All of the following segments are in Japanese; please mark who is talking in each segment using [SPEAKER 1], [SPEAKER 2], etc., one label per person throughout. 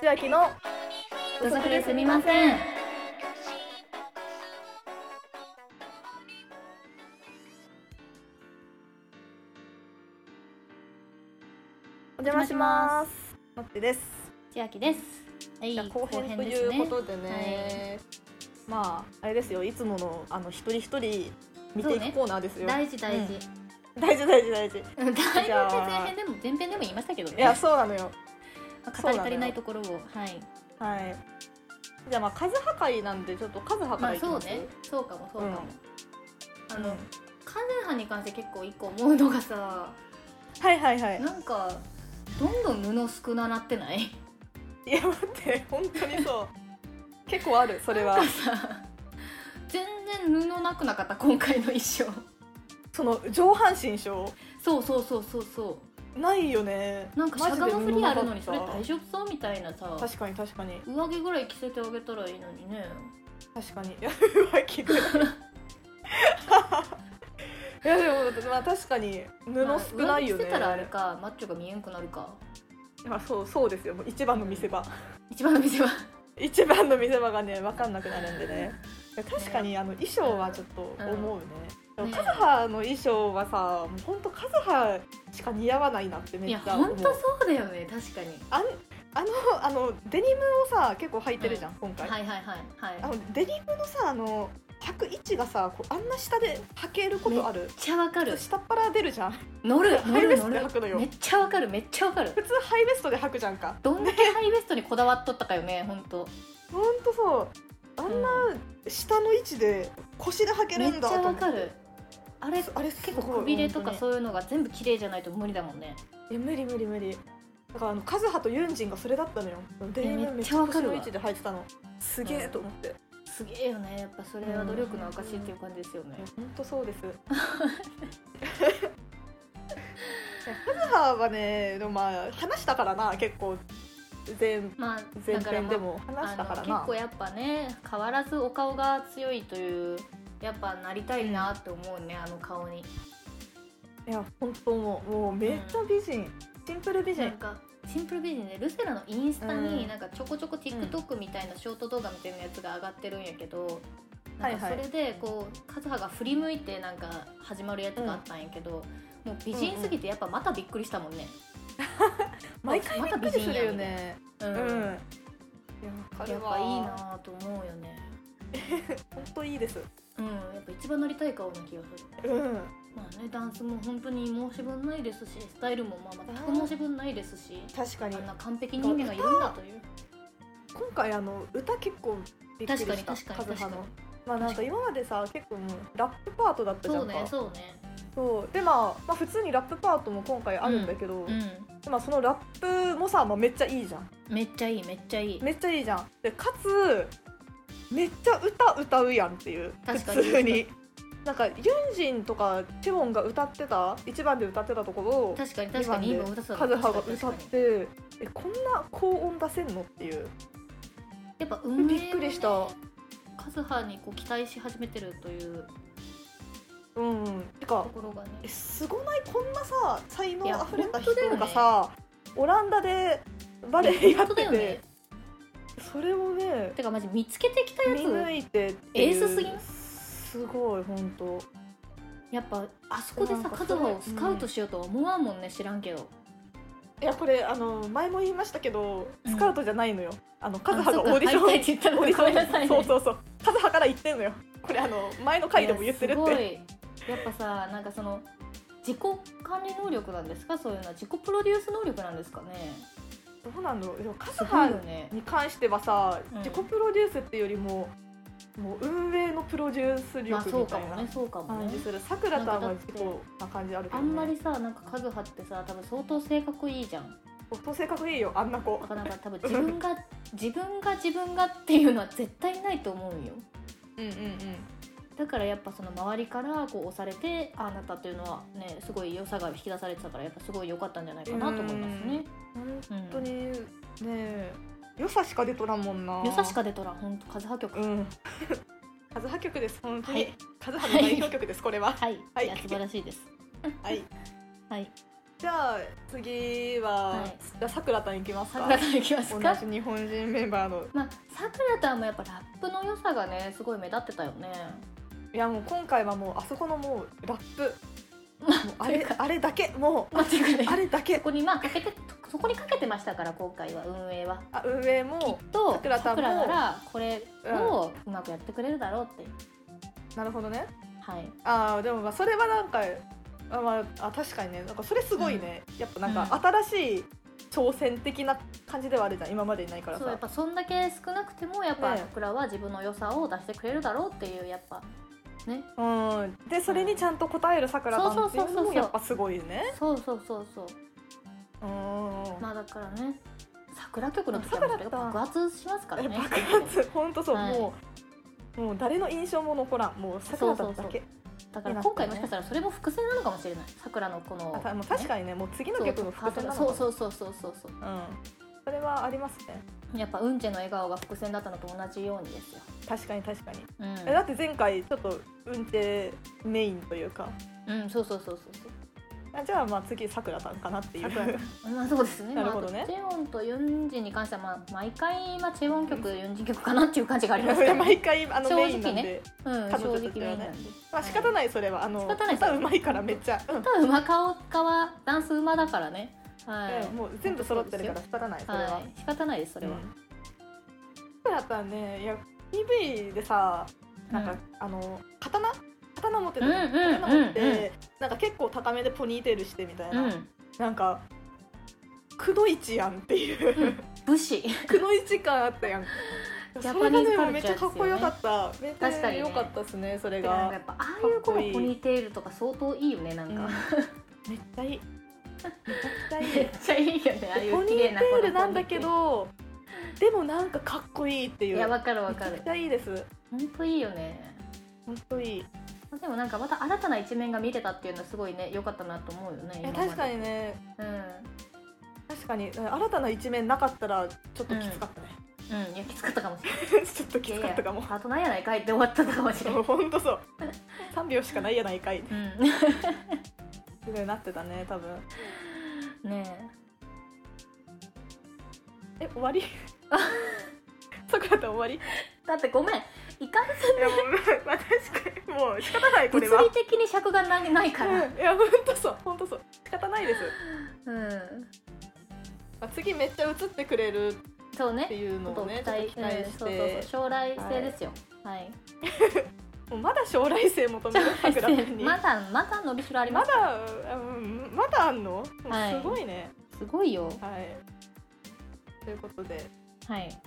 [SPEAKER 1] 千秋の
[SPEAKER 2] 土足ですみません。
[SPEAKER 1] お邪魔しますのっちです
[SPEAKER 2] 千秋です。はい
[SPEAKER 1] じゃあ後編ということでねまああれですよいつものあの一人一人見てい
[SPEAKER 2] そう
[SPEAKER 1] く
[SPEAKER 2] ね
[SPEAKER 1] コーナーですよ、
[SPEAKER 2] 大事大事。
[SPEAKER 1] 大事大事大事い
[SPEAKER 2] だいぶ
[SPEAKER 1] じゃあ
[SPEAKER 2] 前編でも前編でも言いましたけどね。
[SPEAKER 1] やそうなのよ
[SPEAKER 2] まあ語り足りないところをはい。
[SPEAKER 1] はいじゃあまあ数破壊なんでちょっと数破
[SPEAKER 2] まあ
[SPEAKER 1] 壊いき
[SPEAKER 2] そう
[SPEAKER 1] ます、
[SPEAKER 2] ね。そうかもそうかも。あ
[SPEAKER 1] うん
[SPEAKER 2] のカズハに関して結構一個思うのがさ、
[SPEAKER 1] はいはいはい
[SPEAKER 2] なんかどんどん布少ななってない。
[SPEAKER 1] いや待って本当にそう 結構あるそれは
[SPEAKER 2] なんかさ全然布なくなかった今回の衣装。
[SPEAKER 1] その上半身症
[SPEAKER 2] そうそうそうそうそ
[SPEAKER 1] ないよね
[SPEAKER 2] う。なんかしゃがむふりあるのにそれ
[SPEAKER 1] マジ
[SPEAKER 2] 大
[SPEAKER 1] で
[SPEAKER 2] 丈夫そうみたいなさ。
[SPEAKER 1] 確かに確かに
[SPEAKER 2] 上着ぐらい着せてあげたらいいのにね
[SPEAKER 1] 確かに 浮気ぐらいいやでもまあ確かに布少ないよね、
[SPEAKER 2] まあ上着着せたらあれかマッチョが見えんくなるか
[SPEAKER 1] まあそうそうですよもう一番の見せ場
[SPEAKER 2] 一番の店は
[SPEAKER 1] 一番の見せ場がね分かんなくなるんでねいや確かにあの衣装はちょっと思うね、
[SPEAKER 2] うん
[SPEAKER 1] でもカズハの衣装はさもうほんとカズハしか似合わないなってめ
[SPEAKER 2] い
[SPEAKER 1] っ
[SPEAKER 2] や
[SPEAKER 1] ちゃ思
[SPEAKER 2] 本
[SPEAKER 1] う
[SPEAKER 2] 当そうだよね確かに
[SPEAKER 1] あんあのあのデニムをさ結構履いてるじゃん、今回、
[SPEAKER 2] はいはいはいはい
[SPEAKER 1] あのデニムのさあの履く位置がさこうあんな下で履けることある
[SPEAKER 2] めっちゃわかる
[SPEAKER 1] 下っ腹出るじゃん
[SPEAKER 2] 乗る
[SPEAKER 1] ハ
[SPEAKER 2] 乗
[SPEAKER 1] イ
[SPEAKER 2] る
[SPEAKER 1] ベス
[SPEAKER 2] 乗
[SPEAKER 1] トで履くの
[SPEAKER 2] る
[SPEAKER 1] よ
[SPEAKER 2] めっちゃわかるめっちゃわかる
[SPEAKER 1] 普通ハイベストで履くじゃんか
[SPEAKER 2] どんだけハイウエストにこだわっとったかよね本当
[SPEAKER 1] ほんとそうあんな下の位置で腰で履け
[SPEAKER 2] め
[SPEAKER 1] る
[SPEAKER 2] っ
[SPEAKER 1] ん
[SPEAKER 2] ち
[SPEAKER 1] だ
[SPEAKER 2] ゃ
[SPEAKER 1] と思
[SPEAKER 2] わ
[SPEAKER 1] って
[SPEAKER 2] かるあれ結
[SPEAKER 1] あれ
[SPEAKER 2] 構くびれとか
[SPEAKER 1] う
[SPEAKER 2] そういうのが全部綺麗じゃないと無理だもんね
[SPEAKER 1] え無理無理無理だからあのカズハとユンジンがそれだったのよデニム
[SPEAKER 2] め
[SPEAKER 1] め
[SPEAKER 2] っ
[SPEAKER 1] っ
[SPEAKER 2] ち
[SPEAKER 1] ち
[SPEAKER 2] ゃ
[SPEAKER 1] ゃ
[SPEAKER 2] わか
[SPEAKER 1] 腰
[SPEAKER 2] るわ
[SPEAKER 1] の位置で履いてたのすげえと思って、
[SPEAKER 2] すげえよねやっぱそれは努力の証っていう感じですよね
[SPEAKER 1] いや本当そうです いやカズハはねでもまあ話したからな結構前
[SPEAKER 2] まあ
[SPEAKER 1] 前
[SPEAKER 2] だから
[SPEAKER 1] 編
[SPEAKER 2] まあ
[SPEAKER 1] でも話
[SPEAKER 2] あ
[SPEAKER 1] した
[SPEAKER 2] の
[SPEAKER 1] から
[SPEAKER 2] 結
[SPEAKER 1] な
[SPEAKER 2] 構やっぱね変わらずお顔が強いというやっぱなりたいなって思うね、あの顔に
[SPEAKER 1] いや本当もうもうめっちゃ美人、シンプル美人、
[SPEAKER 2] なんかシンプル美人でルセラのインスタ
[SPEAKER 1] う
[SPEAKER 2] に
[SPEAKER 1] ん
[SPEAKER 2] なんかちょこちょこ TikTok みたいなショート動画みたいなやつが上がってるんやけど、
[SPEAKER 1] は
[SPEAKER 2] ないんか
[SPEAKER 1] はい
[SPEAKER 2] それでこうカズハが振り向いてなんか始まるやつがあったんやけど、もう美人すぎてやっぱまたびっくりしたもんね、
[SPEAKER 1] 毎回びっくりするよね
[SPEAKER 2] うん
[SPEAKER 1] うん、いやわか
[SPEAKER 2] や
[SPEAKER 1] る
[SPEAKER 2] っ
[SPEAKER 1] わ
[SPEAKER 2] ぱいいなと思うよね
[SPEAKER 1] 本当いいです
[SPEAKER 2] うんやっぱ一番なりたい顔な気がする
[SPEAKER 1] うん
[SPEAKER 2] まあね、ダンスも本当に申し分ないですしスタイルもまあ全く申し分ないですし
[SPEAKER 1] 確か
[SPEAKER 2] あ
[SPEAKER 1] に
[SPEAKER 2] んな完璧人間がいるんだという
[SPEAKER 1] 今回あの歌結構びっくりした
[SPEAKER 2] 確かに確かに
[SPEAKER 1] カズハ
[SPEAKER 2] 確か
[SPEAKER 1] の
[SPEAKER 2] に
[SPEAKER 1] まあなんか今までさ結構もうラップパートだったじゃ
[SPEAKER 2] そうん
[SPEAKER 1] か
[SPEAKER 2] ねそうね
[SPEAKER 1] そうでまあ、まあ、普通にラップパートも今回あるんだけど、
[SPEAKER 2] う
[SPEAKER 1] まあ、そのラップもさ、まあ、めっちゃいいじゃん
[SPEAKER 2] んめっちゃいいめっちゃいい
[SPEAKER 1] めっちゃいいじゃんでかつめっちゃ歌歌うやんっていう
[SPEAKER 2] 確かに
[SPEAKER 1] 普通になんかユンジンとかチェウォンが歌ってた1番で歌ってたところを
[SPEAKER 2] 確かに
[SPEAKER 1] 2
[SPEAKER 2] 確か
[SPEAKER 1] 番
[SPEAKER 2] に
[SPEAKER 1] で
[SPEAKER 2] 今歌そうだ
[SPEAKER 1] カズハが
[SPEAKER 2] 確
[SPEAKER 1] 歌っ
[SPEAKER 2] かに確か
[SPEAKER 1] てえこんな高音出せんのっていう
[SPEAKER 2] にやっぱ運営もね
[SPEAKER 1] びっくりした
[SPEAKER 2] カズハにこう期待し始めてるという
[SPEAKER 1] うんうんてか
[SPEAKER 2] ところがね
[SPEAKER 1] えすごないこんなさ才能
[SPEAKER 2] いや
[SPEAKER 1] あふれた
[SPEAKER 2] 本当
[SPEAKER 1] 人
[SPEAKER 2] だよね
[SPEAKER 1] がさ、オランダでバレエや
[SPEAKER 2] 本
[SPEAKER 1] っ
[SPEAKER 2] 当だ
[SPEAKER 1] て
[SPEAKER 2] よ
[SPEAKER 1] て、
[SPEAKER 2] ね
[SPEAKER 1] それをね
[SPEAKER 2] てかマジ見つけてきたや
[SPEAKER 1] 見
[SPEAKER 2] つ
[SPEAKER 1] 抜いてって
[SPEAKER 2] エ
[SPEAKER 1] いう
[SPEAKER 2] ースすぎん
[SPEAKER 1] すごい本当
[SPEAKER 2] やっぱあそこで
[SPEAKER 1] な
[SPEAKER 2] さ
[SPEAKER 1] んか
[SPEAKER 2] カズハをスカウトしようとは思わんもんね知らんけど
[SPEAKER 1] いやこれあの前も言いましたけど
[SPEAKER 2] うん
[SPEAKER 1] スカウトじゃないのよ、あのカズハ
[SPEAKER 2] あそ
[SPEAKER 1] がオ
[SPEAKER 2] う
[SPEAKER 1] ー
[SPEAKER 2] か
[SPEAKER 1] ディション
[SPEAKER 2] 入りたいって言ったの
[SPEAKER 1] オーディション
[SPEAKER 2] ごめんなさいね
[SPEAKER 1] そうそうそうカズハから言ってんのよこれあの前の回でも言ってるっ
[SPEAKER 2] いや
[SPEAKER 1] て
[SPEAKER 2] すごいやっぱさなんかその自己管理能力なんですかそういうのは自己プロデュース能力なんですかね
[SPEAKER 1] どうなんだろうでもカズ
[SPEAKER 2] すごいよ
[SPEAKER 1] ハ
[SPEAKER 2] ね
[SPEAKER 1] に関してはさ、
[SPEAKER 2] うん
[SPEAKER 1] 自己プロデュースっていうよりももう運営のプロデュース
[SPEAKER 2] まあ
[SPEAKER 1] 力
[SPEAKER 2] そう
[SPEAKER 1] み
[SPEAKER 2] か
[SPEAKER 1] たい
[SPEAKER 2] も
[SPEAKER 1] な
[SPEAKER 2] ねそうかも
[SPEAKER 1] 感
[SPEAKER 2] ね
[SPEAKER 1] じするさくらさん
[SPEAKER 2] なんかだ
[SPEAKER 1] は
[SPEAKER 2] って
[SPEAKER 1] 結構な感じあるけ
[SPEAKER 2] あ
[SPEAKER 1] ど、ね、
[SPEAKER 2] んまりさなんかカズハってさ多分相当性格いいじゃん
[SPEAKER 1] 本当性格いいよあんな子
[SPEAKER 2] だからなんか多分自分が自分が自分がっていうのは絶対ないと思うよ
[SPEAKER 1] うんうんうん
[SPEAKER 2] だからやっぱその周りからこう押されてああなたっていうのはねすごい良さが引き出されてたからやっぱすごい良かったんじゃないかなと思いますね
[SPEAKER 1] 本
[SPEAKER 2] 本
[SPEAKER 1] 当にねえ良さしか出とらんもんな
[SPEAKER 2] 良さしか出とらんほんとカズハ曲
[SPEAKER 1] うん カズハ曲です本当
[SPEAKER 2] は
[SPEAKER 1] に
[SPEAKER 2] い
[SPEAKER 1] カズハの代表曲ですこれは
[SPEAKER 2] はい、
[SPEAKER 1] はい
[SPEAKER 2] いや素晴らしいです
[SPEAKER 1] はい
[SPEAKER 2] はい
[SPEAKER 1] じゃあ次は、
[SPEAKER 2] はい
[SPEAKER 1] じゃあさくらたんいきます
[SPEAKER 2] さ
[SPEAKER 1] か
[SPEAKER 2] くらさんいきます
[SPEAKER 1] 同
[SPEAKER 2] か
[SPEAKER 1] じ日本人メンバーの
[SPEAKER 2] まあさくらたんもやっぱラップの良さがねすごい目立ってたよね
[SPEAKER 1] いやもう今回はもうあそこのもうラップもうあ
[SPEAKER 2] とい
[SPEAKER 1] れ
[SPEAKER 2] うか
[SPEAKER 1] あれだけもう
[SPEAKER 2] まあ、ていうかね
[SPEAKER 1] あれだけ
[SPEAKER 2] そこにまあかけてそこにかけてましたから今回は運営は
[SPEAKER 1] あ運営も
[SPEAKER 2] と
[SPEAKER 1] さくらたんも
[SPEAKER 2] さならこれをうまくやってくれるだろうって、
[SPEAKER 1] なるほどね
[SPEAKER 2] はい
[SPEAKER 1] あーでもまあそれはなんかあ,、まあ、あ確かにねなんかそれすごいね、やっぱなんか新しい挑戦的な感じではあるじゃん今までにないから
[SPEAKER 2] そうやっ
[SPEAKER 1] さ
[SPEAKER 2] ぱそんだけ少なくてもやっぱ
[SPEAKER 1] ね
[SPEAKER 2] 僕らは自分の良さを出してくれるだろうっていうやっぱね
[SPEAKER 1] うんでそれにちゃんと答えるさくらたんっていう
[SPEAKER 2] そう
[SPEAKER 1] の
[SPEAKER 2] そうそうそ
[SPEAKER 1] も
[SPEAKER 2] う
[SPEAKER 1] やっぱすごいね
[SPEAKER 2] そうそうそうそう
[SPEAKER 1] うん
[SPEAKER 2] まあだからね桜曲の時はもう
[SPEAKER 1] 桜だった
[SPEAKER 2] 爆発しますからね
[SPEAKER 1] 爆 発本当そう、
[SPEAKER 2] はい
[SPEAKER 1] もうもう誰の印象も残らんもうさくらたんだけ
[SPEAKER 2] だから今回もしかしたらそれも伏線なのかもしれない桜のこの
[SPEAKER 1] あたもう確かにねもう次の
[SPEAKER 2] そう
[SPEAKER 1] 曲の伏線なのか
[SPEAKER 2] そ
[SPEAKER 1] も
[SPEAKER 2] うそうそうそうそうそう
[SPEAKER 1] うんそれはありますね
[SPEAKER 2] やっぱうんちェの笑顔が伏線だったのと同じようにですよ、
[SPEAKER 1] 確かに確かに、
[SPEAKER 2] うん、
[SPEAKER 1] えだって前回ちょっと運転メインというか
[SPEAKER 2] うん、そうそうそうそうそ
[SPEAKER 1] あじゃあまあ次さくらたんかなっていう
[SPEAKER 2] う。まあそうですね。
[SPEAKER 1] なるほどね
[SPEAKER 2] まああとチェウォンとユンジンに関してはまあ毎回まあチェウォン曲、ユンジン曲かなっていう感じがありますけど、ね。
[SPEAKER 1] 毎回あの
[SPEAKER 2] 正
[SPEAKER 1] メイ
[SPEAKER 2] 直ね
[SPEAKER 1] ンなんで、
[SPEAKER 2] う
[SPEAKER 1] 彼女
[SPEAKER 2] ん、正直
[SPEAKER 1] たち
[SPEAKER 2] メ
[SPEAKER 1] は
[SPEAKER 2] イ
[SPEAKER 1] ね
[SPEAKER 2] ンなんで。
[SPEAKER 1] まあ仕方ないそれは、あの
[SPEAKER 2] 仕方ないです
[SPEAKER 1] 歌うまいからめっちゃ、うん
[SPEAKER 2] ただ馬顔かはダンス馬だからね。はい。
[SPEAKER 1] うんもう全部揃ってるから仕方ないそれは、
[SPEAKER 2] はい。仕方ないですそれは。
[SPEAKER 1] うんさくらたんねいや PV でさなんか、あの刀刀持ってたじゃん
[SPEAKER 2] うんうん
[SPEAKER 1] 刀持って、
[SPEAKER 2] うんうん
[SPEAKER 1] なんか結構高めでポニーテールしてみたい
[SPEAKER 2] うん、
[SPEAKER 1] な、なんかくのいちやんっていう
[SPEAKER 2] 武士。
[SPEAKER 1] くのいち感あったやん
[SPEAKER 2] ジ
[SPEAKER 1] そ
[SPEAKER 2] ャパ
[SPEAKER 1] れが
[SPEAKER 2] ニーズ
[SPEAKER 1] で
[SPEAKER 2] カ
[SPEAKER 1] も
[SPEAKER 2] ル
[SPEAKER 1] め
[SPEAKER 2] チャーで
[SPEAKER 1] っち
[SPEAKER 2] すよね
[SPEAKER 1] ゃかっこよかっためっち
[SPEAKER 2] 確か
[SPEAKER 1] ゃ
[SPEAKER 2] にね
[SPEAKER 1] 良かったですねそれ
[SPEAKER 2] だからなん
[SPEAKER 1] が
[SPEAKER 2] かやっぱああいう子の
[SPEAKER 1] かっこいい
[SPEAKER 2] ポニーテールとか相当いいよねなんか。
[SPEAKER 1] めっちゃいいめちゃくちゃ
[SPEAKER 2] め
[SPEAKER 1] い
[SPEAKER 2] っちゃいいよ ねああ
[SPEAKER 1] い
[SPEAKER 2] い
[SPEAKER 1] ポ
[SPEAKER 2] う
[SPEAKER 1] ニ
[SPEAKER 2] 綺
[SPEAKER 1] ー
[SPEAKER 2] 麗
[SPEAKER 1] テ
[SPEAKER 2] な子の
[SPEAKER 1] ールなんだけどでもなんかかっこいいって
[SPEAKER 2] い
[SPEAKER 1] いう
[SPEAKER 2] や
[SPEAKER 1] め
[SPEAKER 2] わかるわか
[SPEAKER 1] ちゃ
[SPEAKER 2] る
[SPEAKER 1] くち。ゃいいです
[SPEAKER 2] 本当いいよね。
[SPEAKER 1] 本当いい
[SPEAKER 2] まあでもなんかまた新たな一面が見れたっていうのはすごいね良かったなと思うよね
[SPEAKER 1] いや
[SPEAKER 2] 今まで
[SPEAKER 1] 確かにね
[SPEAKER 2] う
[SPEAKER 1] 確かに新たな一面なかったらちょっときつかったね、
[SPEAKER 2] ん、うん、いやきつかったかもしれない
[SPEAKER 1] ちょっときつかったかも
[SPEAKER 2] いやいやパートナーやないかいって終わったかもしれない、
[SPEAKER 1] 本当そう3秒しかないやないかいって
[SPEAKER 2] う
[SPEAKER 1] すごいなってたね多分
[SPEAKER 2] ん、ね
[SPEAKER 1] え終 わりさくらたん終わり
[SPEAKER 2] えだってごめんいかんせ
[SPEAKER 1] いやもう、まあ、確かにもう仕方ないこ
[SPEAKER 2] ん
[SPEAKER 1] れ
[SPEAKER 2] 物
[SPEAKER 1] は
[SPEAKER 2] 理的に尺がなないから、
[SPEAKER 1] うんいや本当そう本当そう仕方ないです、
[SPEAKER 2] うん、
[SPEAKER 1] まあ、次めっちゃ映ってくれるっ
[SPEAKER 2] そう
[SPEAKER 1] て
[SPEAKER 2] ね
[SPEAKER 1] いう
[SPEAKER 2] ち
[SPEAKER 1] の
[SPEAKER 2] ょっと
[SPEAKER 1] を
[SPEAKER 2] 期
[SPEAKER 1] ねち
[SPEAKER 2] 待
[SPEAKER 1] ょっと期待
[SPEAKER 2] うん、
[SPEAKER 1] し
[SPEAKER 2] そうそうそ
[SPEAKER 1] て
[SPEAKER 2] う将来性ですよはい、
[SPEAKER 1] もうまだ将来性求めるさくらたんに
[SPEAKER 2] まだまだ伸びしろありま
[SPEAKER 1] ますだ、うん、まだあんの、もう
[SPEAKER 2] はい
[SPEAKER 1] すごいね
[SPEAKER 2] すごいよ
[SPEAKER 1] はいということで
[SPEAKER 2] はい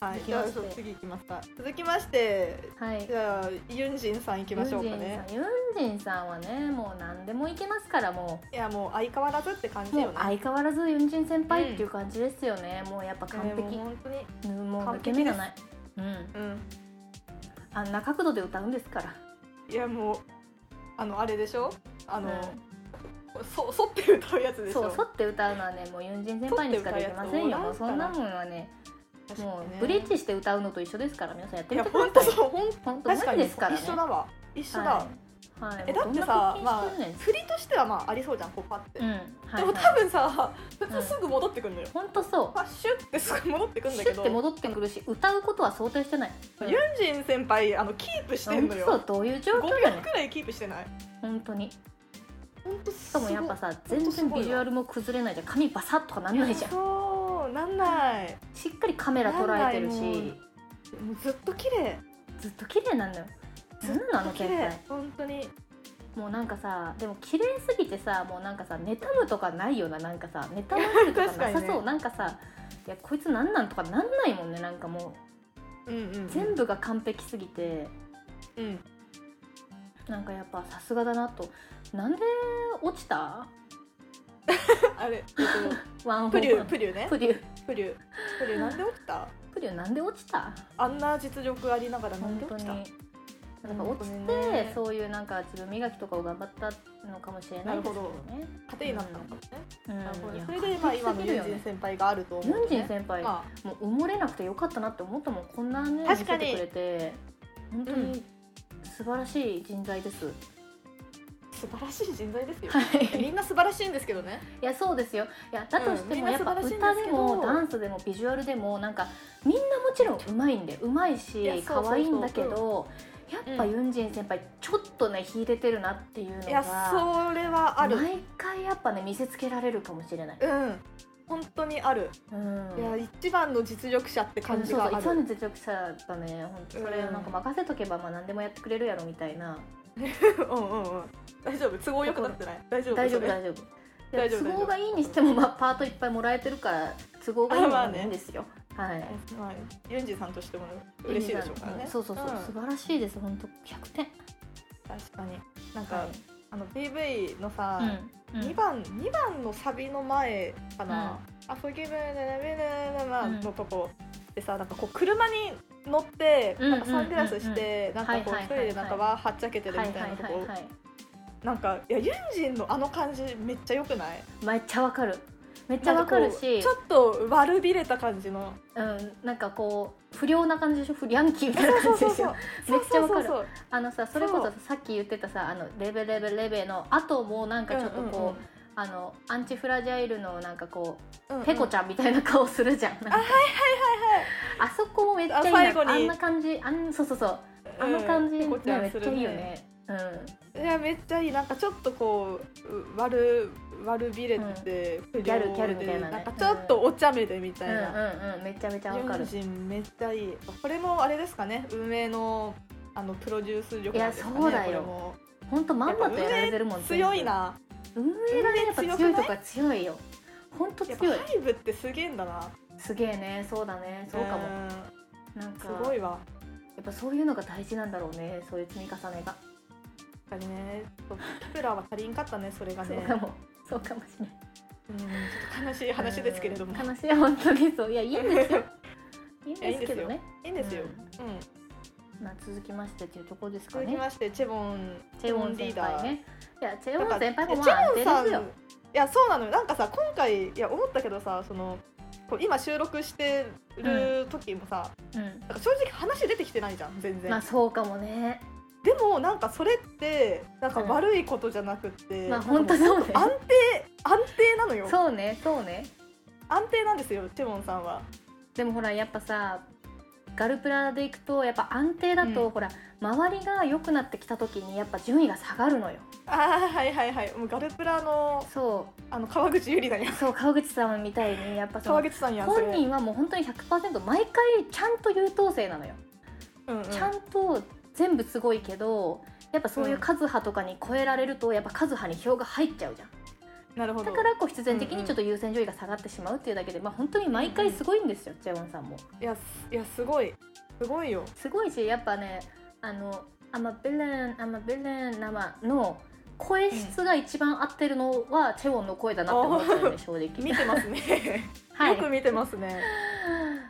[SPEAKER 1] はい
[SPEAKER 2] 続き
[SPEAKER 1] じゃ
[SPEAKER 2] ま
[SPEAKER 1] あ
[SPEAKER 2] し
[SPEAKER 1] そ
[SPEAKER 2] て
[SPEAKER 1] う次行きますか続きまして
[SPEAKER 2] はい
[SPEAKER 1] じゃあユンジンさん行きましょうかね
[SPEAKER 2] ユンジンさんユンジンさんはねもう何でもいけますからもう
[SPEAKER 1] いやもう相変わらずって感じ
[SPEAKER 2] も
[SPEAKER 1] よ
[SPEAKER 2] う
[SPEAKER 1] ね
[SPEAKER 2] 相変わらずユンジン先輩っていう感じですよね、もうやっぱ完
[SPEAKER 1] いや
[SPEAKER 2] 璧
[SPEAKER 1] もう本当に
[SPEAKER 2] うんもう抜け目がないうん
[SPEAKER 1] うん
[SPEAKER 2] あんな角度で歌うんですから
[SPEAKER 1] いやもうあのあれでしょあ
[SPEAKER 2] あ
[SPEAKER 1] の、そそって歌うやつでしょ
[SPEAKER 2] そう反って歌うのはねもうユンジン先輩にしかできませんよもう
[SPEAKER 1] そ
[SPEAKER 2] そ
[SPEAKER 1] って歌うんや
[SPEAKER 2] な
[SPEAKER 1] つ
[SPEAKER 2] もんはね
[SPEAKER 1] 確かに
[SPEAKER 2] も
[SPEAKER 1] ね
[SPEAKER 2] うブリッジして歌うのと一緒ですから皆さんやって
[SPEAKER 1] い
[SPEAKER 2] み
[SPEAKER 1] や
[SPEAKER 2] てくだ
[SPEAKER 1] 本
[SPEAKER 2] さ
[SPEAKER 1] 当
[SPEAKER 2] い
[SPEAKER 1] そう本
[SPEAKER 2] 本当
[SPEAKER 1] 当確か
[SPEAKER 2] 無理
[SPEAKER 1] に
[SPEAKER 2] ですからね
[SPEAKER 1] 一緒だわ一緒だ、
[SPEAKER 2] はい、はい、
[SPEAKER 1] えだってさ
[SPEAKER 2] もうどんな腹筋してんねん
[SPEAKER 1] 振りとしてはまあありそうじゃんこうパって、
[SPEAKER 2] うん
[SPEAKER 1] でも
[SPEAKER 2] は
[SPEAKER 1] 多
[SPEAKER 2] い、はい、
[SPEAKER 1] 分さ普
[SPEAKER 2] うん
[SPEAKER 1] 通すぐ戻ってくるのよ、
[SPEAKER 2] 本当そ
[SPEAKER 1] パッシュってすぐ戻ってく
[SPEAKER 2] う
[SPEAKER 1] るんだ
[SPEAKER 2] シ
[SPEAKER 1] け
[SPEAKER 2] ュ
[SPEAKER 1] ど
[SPEAKER 2] ッて戻ってくるし歌うことは想定してない
[SPEAKER 1] ユンジン先輩あのキープしてんの
[SPEAKER 2] 本
[SPEAKER 1] よ
[SPEAKER 2] 当そうどういう状
[SPEAKER 1] 5
[SPEAKER 2] 況やね
[SPEAKER 1] 秒
[SPEAKER 2] ん
[SPEAKER 1] くらいキープしてない
[SPEAKER 2] 本当に
[SPEAKER 1] 本当
[SPEAKER 2] し
[SPEAKER 1] し
[SPEAKER 2] かもやっぱさ全然ビジュアルも崩れないじゃん髪バサッとかなんないじゃん
[SPEAKER 1] そうなんない
[SPEAKER 2] しっかりカメラ捉えてる
[SPEAKER 1] なんないも
[SPEAKER 2] し
[SPEAKER 1] もうずっと綺麗
[SPEAKER 2] ずっと綺麗なんだよ何なのあの
[SPEAKER 1] 綺
[SPEAKER 2] 先
[SPEAKER 1] 麗
[SPEAKER 2] 輩
[SPEAKER 1] 本当に
[SPEAKER 2] もうなんかさでも綺麗すぎてさもうなんかさ妬むとかないよななんかさ妬まれるとかな
[SPEAKER 1] 確か
[SPEAKER 2] さ
[SPEAKER 1] に
[SPEAKER 2] そう、
[SPEAKER 1] ね
[SPEAKER 2] なんかさいやこいつなんなんとかなんないもんねなんかも
[SPEAKER 1] うんうん
[SPEAKER 2] う全部が完璧すぎて
[SPEAKER 1] うん
[SPEAKER 2] なんかやっぱさすがだなとなんで落ちた
[SPEAKER 1] あれ、えっ
[SPEAKER 2] ワ
[SPEAKER 1] と、
[SPEAKER 2] ン ホ
[SPEAKER 1] プリュ
[SPEAKER 2] ー
[SPEAKER 1] ープリューね
[SPEAKER 2] プリュ
[SPEAKER 1] プリュープリューなんで落ちた
[SPEAKER 2] プリュなんで落ちた
[SPEAKER 1] あんな実力ありながらなん
[SPEAKER 2] 本
[SPEAKER 1] で
[SPEAKER 2] 当
[SPEAKER 1] 落
[SPEAKER 2] に
[SPEAKER 1] ちた
[SPEAKER 2] なんか落ちて、
[SPEAKER 1] 本当にね
[SPEAKER 2] そういうなんか自分磨きとかを頑張ったのかもしれないですけどね
[SPEAKER 1] 糧になったのかもね、
[SPEAKER 2] うん
[SPEAKER 1] なるほ
[SPEAKER 2] い
[SPEAKER 1] ど
[SPEAKER 2] や
[SPEAKER 1] それでまあ今
[SPEAKER 2] 完
[SPEAKER 1] の
[SPEAKER 2] 璧すぎ
[SPEAKER 1] ユ
[SPEAKER 2] る
[SPEAKER 1] ン
[SPEAKER 2] よ
[SPEAKER 1] ジン
[SPEAKER 2] ね
[SPEAKER 1] 先輩があると思う
[SPEAKER 2] ユン
[SPEAKER 1] とね
[SPEAKER 2] ジン先輩、
[SPEAKER 1] ま
[SPEAKER 2] もう埋もれなくてよかったなって思ったもんこんなね見せ
[SPEAKER 1] 確か
[SPEAKER 2] て
[SPEAKER 1] に
[SPEAKER 2] くれて本当
[SPEAKER 1] う
[SPEAKER 2] に素晴らしい人材です、
[SPEAKER 1] あ、素晴らしい人材ですよ、
[SPEAKER 2] はい
[SPEAKER 1] みんな素晴らしいんですけどね
[SPEAKER 2] いやそうですよいやだとし
[SPEAKER 1] う
[SPEAKER 2] て
[SPEAKER 1] んみん
[SPEAKER 2] も
[SPEAKER 1] な
[SPEAKER 2] やっぱ
[SPEAKER 1] 素晴らしいん
[SPEAKER 2] 歌
[SPEAKER 1] です
[SPEAKER 2] で
[SPEAKER 1] けど
[SPEAKER 2] もダンスでもビジュアルでもなんかみんなもちろん上手いんで上手い
[SPEAKER 1] いやそう
[SPEAKER 2] し
[SPEAKER 1] そうそう
[SPEAKER 2] 可愛いんだけ
[SPEAKER 1] う
[SPEAKER 2] ど
[SPEAKER 1] ん
[SPEAKER 2] やっぱユンジン先輩ちょっとね秀でてるなっていうの
[SPEAKER 1] いや
[SPEAKER 2] が
[SPEAKER 1] それはある
[SPEAKER 2] 毎回やっぱね見せつけられるかもしれない。
[SPEAKER 1] うん本当にある、
[SPEAKER 2] うん
[SPEAKER 1] いや一番の実力者って感じがある、
[SPEAKER 2] そうそういつも実力者だね本当それ
[SPEAKER 1] うん
[SPEAKER 2] なんか任せとけばまあ何でもやってくれるやろみたいな、
[SPEAKER 1] うんうんうん大丈夫都合よくなってない大丈夫
[SPEAKER 2] 大丈
[SPEAKER 1] そ
[SPEAKER 2] 夫
[SPEAKER 1] れ
[SPEAKER 2] 大丈夫いや
[SPEAKER 1] 大丈夫
[SPEAKER 2] 都合がいいにしても、まあ、パートいっぱいもらえてるから都合がいいの
[SPEAKER 1] あまあ
[SPEAKER 2] は
[SPEAKER 1] ね
[SPEAKER 2] いいんですよ、はい
[SPEAKER 1] まあ、ユンジさんとしても嬉しいでしょうからね。
[SPEAKER 2] そうそうそう、
[SPEAKER 1] ん
[SPEAKER 2] 素晴らしいです本当100点
[SPEAKER 1] 確かに。なんか、
[SPEAKER 2] はい
[SPEAKER 1] あの PV のさ、
[SPEAKER 2] うんうん
[SPEAKER 1] 2番2番のサビの前かな。あ、フギブ
[SPEAKER 2] うん
[SPEAKER 1] のとこでさ、なんかこう車に乗って、
[SPEAKER 2] うん
[SPEAKER 1] なんかサングラスして、
[SPEAKER 2] うん
[SPEAKER 1] なんかこう
[SPEAKER 2] はい
[SPEAKER 1] 一人
[SPEAKER 2] はいはいはい
[SPEAKER 1] でなんかわーはっちゃけてる
[SPEAKER 2] は
[SPEAKER 1] み
[SPEAKER 2] い
[SPEAKER 1] た
[SPEAKER 2] はいい
[SPEAKER 1] なと
[SPEAKER 2] は
[SPEAKER 1] こ
[SPEAKER 2] い。はい
[SPEAKER 1] なんかいやユンジンのあの感じめっちゃ良くない？
[SPEAKER 2] めっちゃわかるめっ
[SPEAKER 1] め
[SPEAKER 2] ちゃわかるし
[SPEAKER 1] ちょっと悪びれた感じの。
[SPEAKER 2] うん、なんかこう不良な感じでしょ不良ンキーみたいな
[SPEAKER 1] そ
[SPEAKER 2] 感
[SPEAKER 1] うそ
[SPEAKER 2] じで
[SPEAKER 1] う
[SPEAKER 2] し
[SPEAKER 1] そ
[SPEAKER 2] ょ
[SPEAKER 1] う。
[SPEAKER 2] めっちゃわかる
[SPEAKER 1] そうそうそう
[SPEAKER 2] あのさそれこそ
[SPEAKER 1] そう
[SPEAKER 2] ささっき言ってたさあのレベレベレベの後もなん
[SPEAKER 1] そ
[SPEAKER 2] か
[SPEAKER 1] う。
[SPEAKER 2] ちょっとこう、あのアンチフラジャイルのなんかこ
[SPEAKER 1] うんうんうん
[SPEAKER 2] うペコちゃんみたいな顔するじゃん。なんかあそこもめっちゃいい
[SPEAKER 1] あ最後
[SPEAKER 2] な。
[SPEAKER 1] に
[SPEAKER 2] あんな感じ、あんそうそうそう。あの感じ、
[SPEAKER 1] うん
[SPEAKER 2] ね、
[SPEAKER 1] こ
[SPEAKER 2] め
[SPEAKER 1] っ
[SPEAKER 2] っ
[SPEAKER 1] ちゃんする
[SPEAKER 2] ちゃいいよね。うん。
[SPEAKER 1] いやめっちゃいいなんかちょっとこうう悪悪びれて、
[SPEAKER 2] んギャルギャルみたいなね
[SPEAKER 1] んかちょっとお茶目でみ
[SPEAKER 2] う
[SPEAKER 1] た
[SPEAKER 2] ん
[SPEAKER 1] いな、
[SPEAKER 2] うんうんめちゃめちゃわ
[SPEAKER 1] ユ
[SPEAKER 2] かる
[SPEAKER 1] ン。ジンめっちゃいいこれもあれですかね運営のあのプロデュース力なんですかね
[SPEAKER 2] いやそうだよ
[SPEAKER 1] これも
[SPEAKER 2] 本当まんまとやられてるも
[SPEAKER 1] やっ
[SPEAKER 2] ん。
[SPEAKER 1] ぱ運営強い。な
[SPEAKER 2] 運営がねやっぱ強いとか強いよ。本当
[SPEAKER 1] やっぱ
[SPEAKER 2] 強い。
[SPEAKER 1] ハイブってすげえんだな
[SPEAKER 2] すげえね、そうだね、そうかも。
[SPEAKER 1] ん
[SPEAKER 2] なんか
[SPEAKER 1] すご
[SPEAKER 2] や
[SPEAKER 1] いわ
[SPEAKER 2] っぱそういうのが大事なんだろうね、そういう積み重ねが。
[SPEAKER 1] やっぱりねちょっとキプラは足りんかったねそれが
[SPEAKER 2] そう
[SPEAKER 1] ね
[SPEAKER 2] かも、そうかもしれない。
[SPEAKER 1] うんちょっと悲しい話ですけれども
[SPEAKER 2] うん悲しい本当 にそういやいいんですよいいんですけどね
[SPEAKER 1] いいんですよ、うん
[SPEAKER 2] まあ続きましてっていうところですか
[SPEAKER 1] 続き
[SPEAKER 2] ね
[SPEAKER 1] ましてチェボン
[SPEAKER 2] チェウォン先輩ねいやチェウォン先輩も
[SPEAKER 1] チ
[SPEAKER 2] まあ
[SPEAKER 1] ェ
[SPEAKER 2] 安
[SPEAKER 1] ウォン
[SPEAKER 2] 定
[SPEAKER 1] さんい
[SPEAKER 2] ですよ
[SPEAKER 1] やそうなのよなんかさ今回いや思ったけどさそのこう今収録してる時もさ、
[SPEAKER 2] うん
[SPEAKER 1] なんか正直話出てきてないじゃん全然、
[SPEAKER 2] まあそうかもね
[SPEAKER 1] でもなんかそれってなんか
[SPEAKER 2] うん
[SPEAKER 1] 悪いことじゃなくって、
[SPEAKER 2] まあ本当そうね
[SPEAKER 1] 安定安定なのよ
[SPEAKER 2] そうねそうね
[SPEAKER 1] 安定なんですよチェボンさんは
[SPEAKER 2] でもほらやっぱさガルプラでいくとやっぱ安定だ
[SPEAKER 1] う
[SPEAKER 2] と
[SPEAKER 1] ん
[SPEAKER 2] ほら周りが良くなってきた時にやっぱ順位が下がるのよ
[SPEAKER 1] ああはいはいはいもうガルプラの
[SPEAKER 2] そ
[SPEAKER 1] あの川口ゆりだよ
[SPEAKER 2] うそう川口さんみたいにやっぱそ
[SPEAKER 1] 川
[SPEAKER 2] の
[SPEAKER 1] 口さんやんそれ
[SPEAKER 2] 本人はもう本当に100%毎回ちゃんと優等生なのよ
[SPEAKER 1] うんうん
[SPEAKER 2] ちゃんと全部すごいけどやっぱそういうカズハとかに超えられるとやっぱカズハに票が入っちゃうじゃん
[SPEAKER 1] なるほど
[SPEAKER 2] だからこう必然的
[SPEAKER 1] うんう
[SPEAKER 2] に
[SPEAKER 1] ん
[SPEAKER 2] ちょっと優先順位が下がってしまうっていうだけでまあ本当に毎回すごいんですよジェウォンさんも
[SPEAKER 1] いやすいやすごいすごいよ
[SPEAKER 2] すごいしやっぱねあの「アマビレンアマビレン生」の声質が一番合ってるのはチェウォンの声だなって思っちゃうね正直
[SPEAKER 1] 見てますね
[SPEAKER 2] はい
[SPEAKER 1] よく見てます ね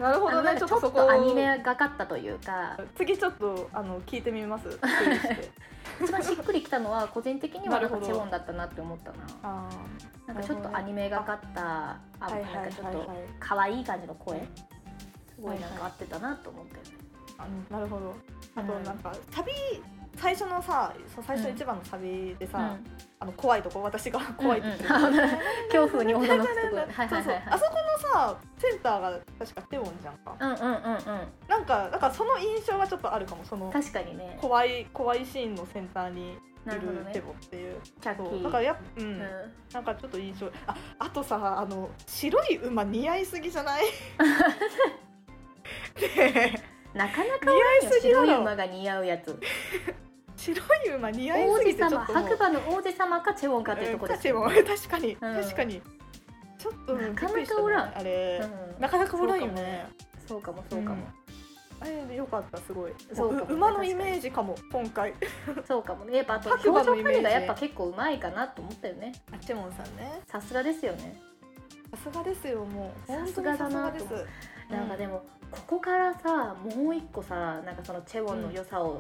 [SPEAKER 1] なるほ
[SPEAKER 2] あ
[SPEAKER 1] ど
[SPEAKER 2] のな
[SPEAKER 1] ね
[SPEAKER 2] ん
[SPEAKER 1] ちょ
[SPEAKER 2] か
[SPEAKER 1] っ
[SPEAKER 2] ち
[SPEAKER 1] と
[SPEAKER 2] ょっ
[SPEAKER 1] そこと
[SPEAKER 2] アニメがかったというか
[SPEAKER 1] 次ちょっとあの聞いてみ ます。注意して
[SPEAKER 2] 一番しっくりきたのは個人的にはなん
[SPEAKER 1] なるほ
[SPEAKER 2] か
[SPEAKER 1] ど
[SPEAKER 2] チェウォンだったなって思ったな
[SPEAKER 1] あ
[SPEAKER 2] なんかちょっとアニメがかった、あ
[SPEAKER 1] あはいはい
[SPEAKER 2] な
[SPEAKER 1] は
[SPEAKER 2] ん
[SPEAKER 1] い
[SPEAKER 2] かちょっと
[SPEAKER 1] はい。
[SPEAKER 2] 可愛い感じの声、すごいなんか合ってたなと思って、
[SPEAKER 1] あのなるほど。あと
[SPEAKER 2] うん
[SPEAKER 1] なんかサビ最初のさそう最初
[SPEAKER 2] うん
[SPEAKER 1] 一番のサビでさ、
[SPEAKER 2] うん
[SPEAKER 1] あの怖いとこ私が怖いって言ってる。
[SPEAKER 2] うんうん恐怖に女の人とこ、 は い
[SPEAKER 1] そ
[SPEAKER 2] は
[SPEAKER 1] う
[SPEAKER 2] い
[SPEAKER 1] そう
[SPEAKER 2] はいは
[SPEAKER 1] あ
[SPEAKER 2] い
[SPEAKER 1] そこのさセンターが確かテオンじゃんか
[SPEAKER 2] うんうんうんう
[SPEAKER 1] なんかなんかその印象はちょっとあるかもその
[SPEAKER 2] ん確かにね
[SPEAKER 1] 怖い怖いシーンのセンターにい
[SPEAKER 2] なるほど
[SPEAKER 1] るテ
[SPEAKER 2] ね
[SPEAKER 1] ボっていう、
[SPEAKER 2] キャッキ
[SPEAKER 1] そう
[SPEAKER 2] ー
[SPEAKER 1] だからやっぱう
[SPEAKER 2] うんん、
[SPEAKER 1] なんかちょっと印象ああとさあの白い馬似合いすぎじゃ ないねえ
[SPEAKER 2] なかなかおらんよ
[SPEAKER 1] 似合いすぎだろ
[SPEAKER 2] 白い馬が似合うやつ
[SPEAKER 1] 白い馬似合
[SPEAKER 2] 王
[SPEAKER 1] いすぎ
[SPEAKER 2] 子
[SPEAKER 1] てちょっと
[SPEAKER 2] 様白馬の王子様かチェウォンかっていうとこですよ
[SPEAKER 1] も
[SPEAKER 2] ね
[SPEAKER 1] うん確かに確か
[SPEAKER 2] う
[SPEAKER 1] に
[SPEAKER 2] ん
[SPEAKER 1] 確かにちょっと
[SPEAKER 2] なかなか
[SPEAKER 1] びっくりしたね
[SPEAKER 2] おらん
[SPEAKER 1] あれ
[SPEAKER 2] うん
[SPEAKER 1] なかなかおらんよね
[SPEAKER 2] そうかもそうかも、
[SPEAKER 1] あれでよかったすごい
[SPEAKER 2] そうかもね
[SPEAKER 1] う馬のイメージかも今回
[SPEAKER 2] そうかもねやっぱあと表
[SPEAKER 1] 白馬のイ
[SPEAKER 2] 情
[SPEAKER 1] メー
[SPEAKER 2] 管
[SPEAKER 1] ジ
[SPEAKER 2] 理がやっぱ結構うまいかなと思ったよね
[SPEAKER 1] あチェモンさんね
[SPEAKER 2] さすがですよね
[SPEAKER 1] さすがですよもう
[SPEAKER 2] さすがだな
[SPEAKER 1] 本当にさすがです
[SPEAKER 2] なんかでも、ここからさもう一個さなんかそのチェウォンの良さを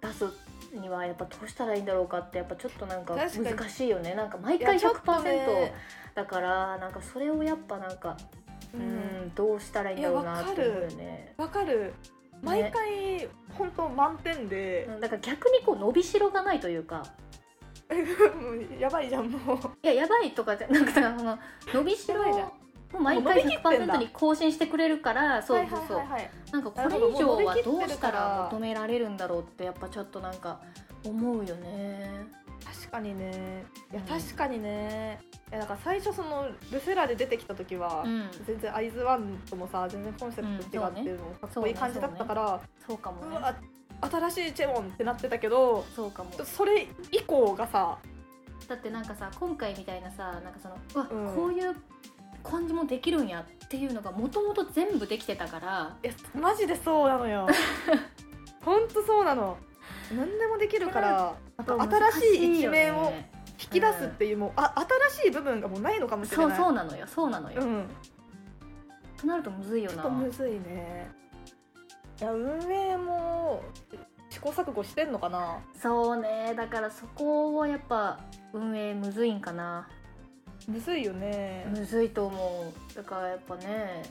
[SPEAKER 2] 出すにはやっぱどうしたらいいんだろうかってやっぱちょっとなんか
[SPEAKER 1] 確かに
[SPEAKER 2] 難しいよねなんか毎
[SPEAKER 1] いや
[SPEAKER 2] 回
[SPEAKER 1] ちょっ
[SPEAKER 2] 100%、
[SPEAKER 1] とね
[SPEAKER 2] だからなんかそれをやっぱなんかう
[SPEAKER 1] うんん
[SPEAKER 2] どうしたらいいんだろうなって思うよね。
[SPEAKER 1] わかる毎回本当満点で
[SPEAKER 2] うんだから逆にこう伸びしろがないというか
[SPEAKER 1] やばいじゃんもう
[SPEAKER 2] いややばいとかじゃ なくてその伸びし
[SPEAKER 1] や
[SPEAKER 2] ろ
[SPEAKER 1] ばい
[SPEAKER 2] を
[SPEAKER 1] じゃん
[SPEAKER 2] もう毎
[SPEAKER 1] もう
[SPEAKER 2] 回
[SPEAKER 1] 伸びきってんだ
[SPEAKER 2] 100%に更新してくれるからそうそうそう、
[SPEAKER 1] はいはいはいはい
[SPEAKER 2] なんかこ
[SPEAKER 1] な
[SPEAKER 2] れ
[SPEAKER 1] るほ
[SPEAKER 2] 以上
[SPEAKER 1] どもう
[SPEAKER 2] は
[SPEAKER 1] 伸びき
[SPEAKER 2] ど
[SPEAKER 1] ってるから
[SPEAKER 2] うしたら求められるんだろうってやっぱちょっとなんか思うよね。
[SPEAKER 1] 確かにねいや
[SPEAKER 2] うん
[SPEAKER 1] 確かにねいやだから最初そのルセラで出てきた時は、
[SPEAKER 2] うん、
[SPEAKER 1] 全然アイズワンともさ全然コンセプト違ってるのもかっこいい感じだったから、
[SPEAKER 2] そうか
[SPEAKER 1] う
[SPEAKER 2] もね。
[SPEAKER 1] わ新しいチェモンってなってたけど
[SPEAKER 2] そうかも。
[SPEAKER 1] それ以降がさ
[SPEAKER 2] だってなんかさ今回みたいなさなんかそのうわ、
[SPEAKER 1] うん
[SPEAKER 2] こういう感じもできるんやっていうのがもともと全部できてたから。
[SPEAKER 1] いやマジでそうなの よほんとそうなの何でもできるから
[SPEAKER 2] やっぱ難
[SPEAKER 1] 新
[SPEAKER 2] し
[SPEAKER 1] し
[SPEAKER 2] い
[SPEAKER 1] い一
[SPEAKER 2] よね
[SPEAKER 1] 面を引き出すっていう、もうあ新しい部分がもうないのかもしれ
[SPEAKER 2] そう
[SPEAKER 1] ない
[SPEAKER 2] そうなのよそうなのよ、
[SPEAKER 1] うん
[SPEAKER 2] となるとむずいよ
[SPEAKER 1] ちょっ
[SPEAKER 2] な
[SPEAKER 1] とむずいねいや運営も試行錯誤してんのかな
[SPEAKER 2] そうねだからそこはやっぱ運営むずいんかな
[SPEAKER 1] むずいよね
[SPEAKER 2] むずいと思うだからやっぱね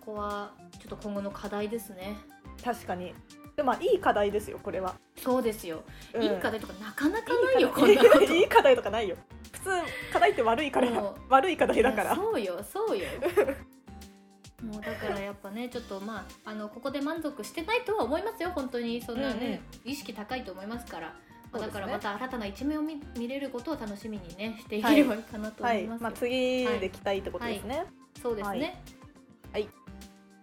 [SPEAKER 2] そこはちょっと今後の課題ですね
[SPEAKER 1] 確かにでもまあいい課題ですよこれは、
[SPEAKER 2] そうですよ、
[SPEAKER 1] うん
[SPEAKER 2] いい課題とかなかなかないよこん
[SPEAKER 1] い
[SPEAKER 2] なこと
[SPEAKER 1] いいい課題とかないよ普通課題って悪いから
[SPEAKER 2] も
[SPEAKER 1] 悪い課題だか
[SPEAKER 2] い
[SPEAKER 1] ら
[SPEAKER 2] やそうよそうよもうだからやっぱねちょっとまああのここで満足してないとは思いますよ本当にそんなね、意識高いと思いますから、まあ
[SPEAKER 1] そう
[SPEAKER 2] だ
[SPEAKER 1] ですね
[SPEAKER 2] からまた新たな一面を見見れることを楽しみにねしていければいいかなと
[SPEAKER 1] は
[SPEAKER 2] 思
[SPEAKER 1] い
[SPEAKER 2] いますよ、
[SPEAKER 1] まあ次で期待ってことですね、
[SPEAKER 2] そうですね、
[SPEAKER 1] はい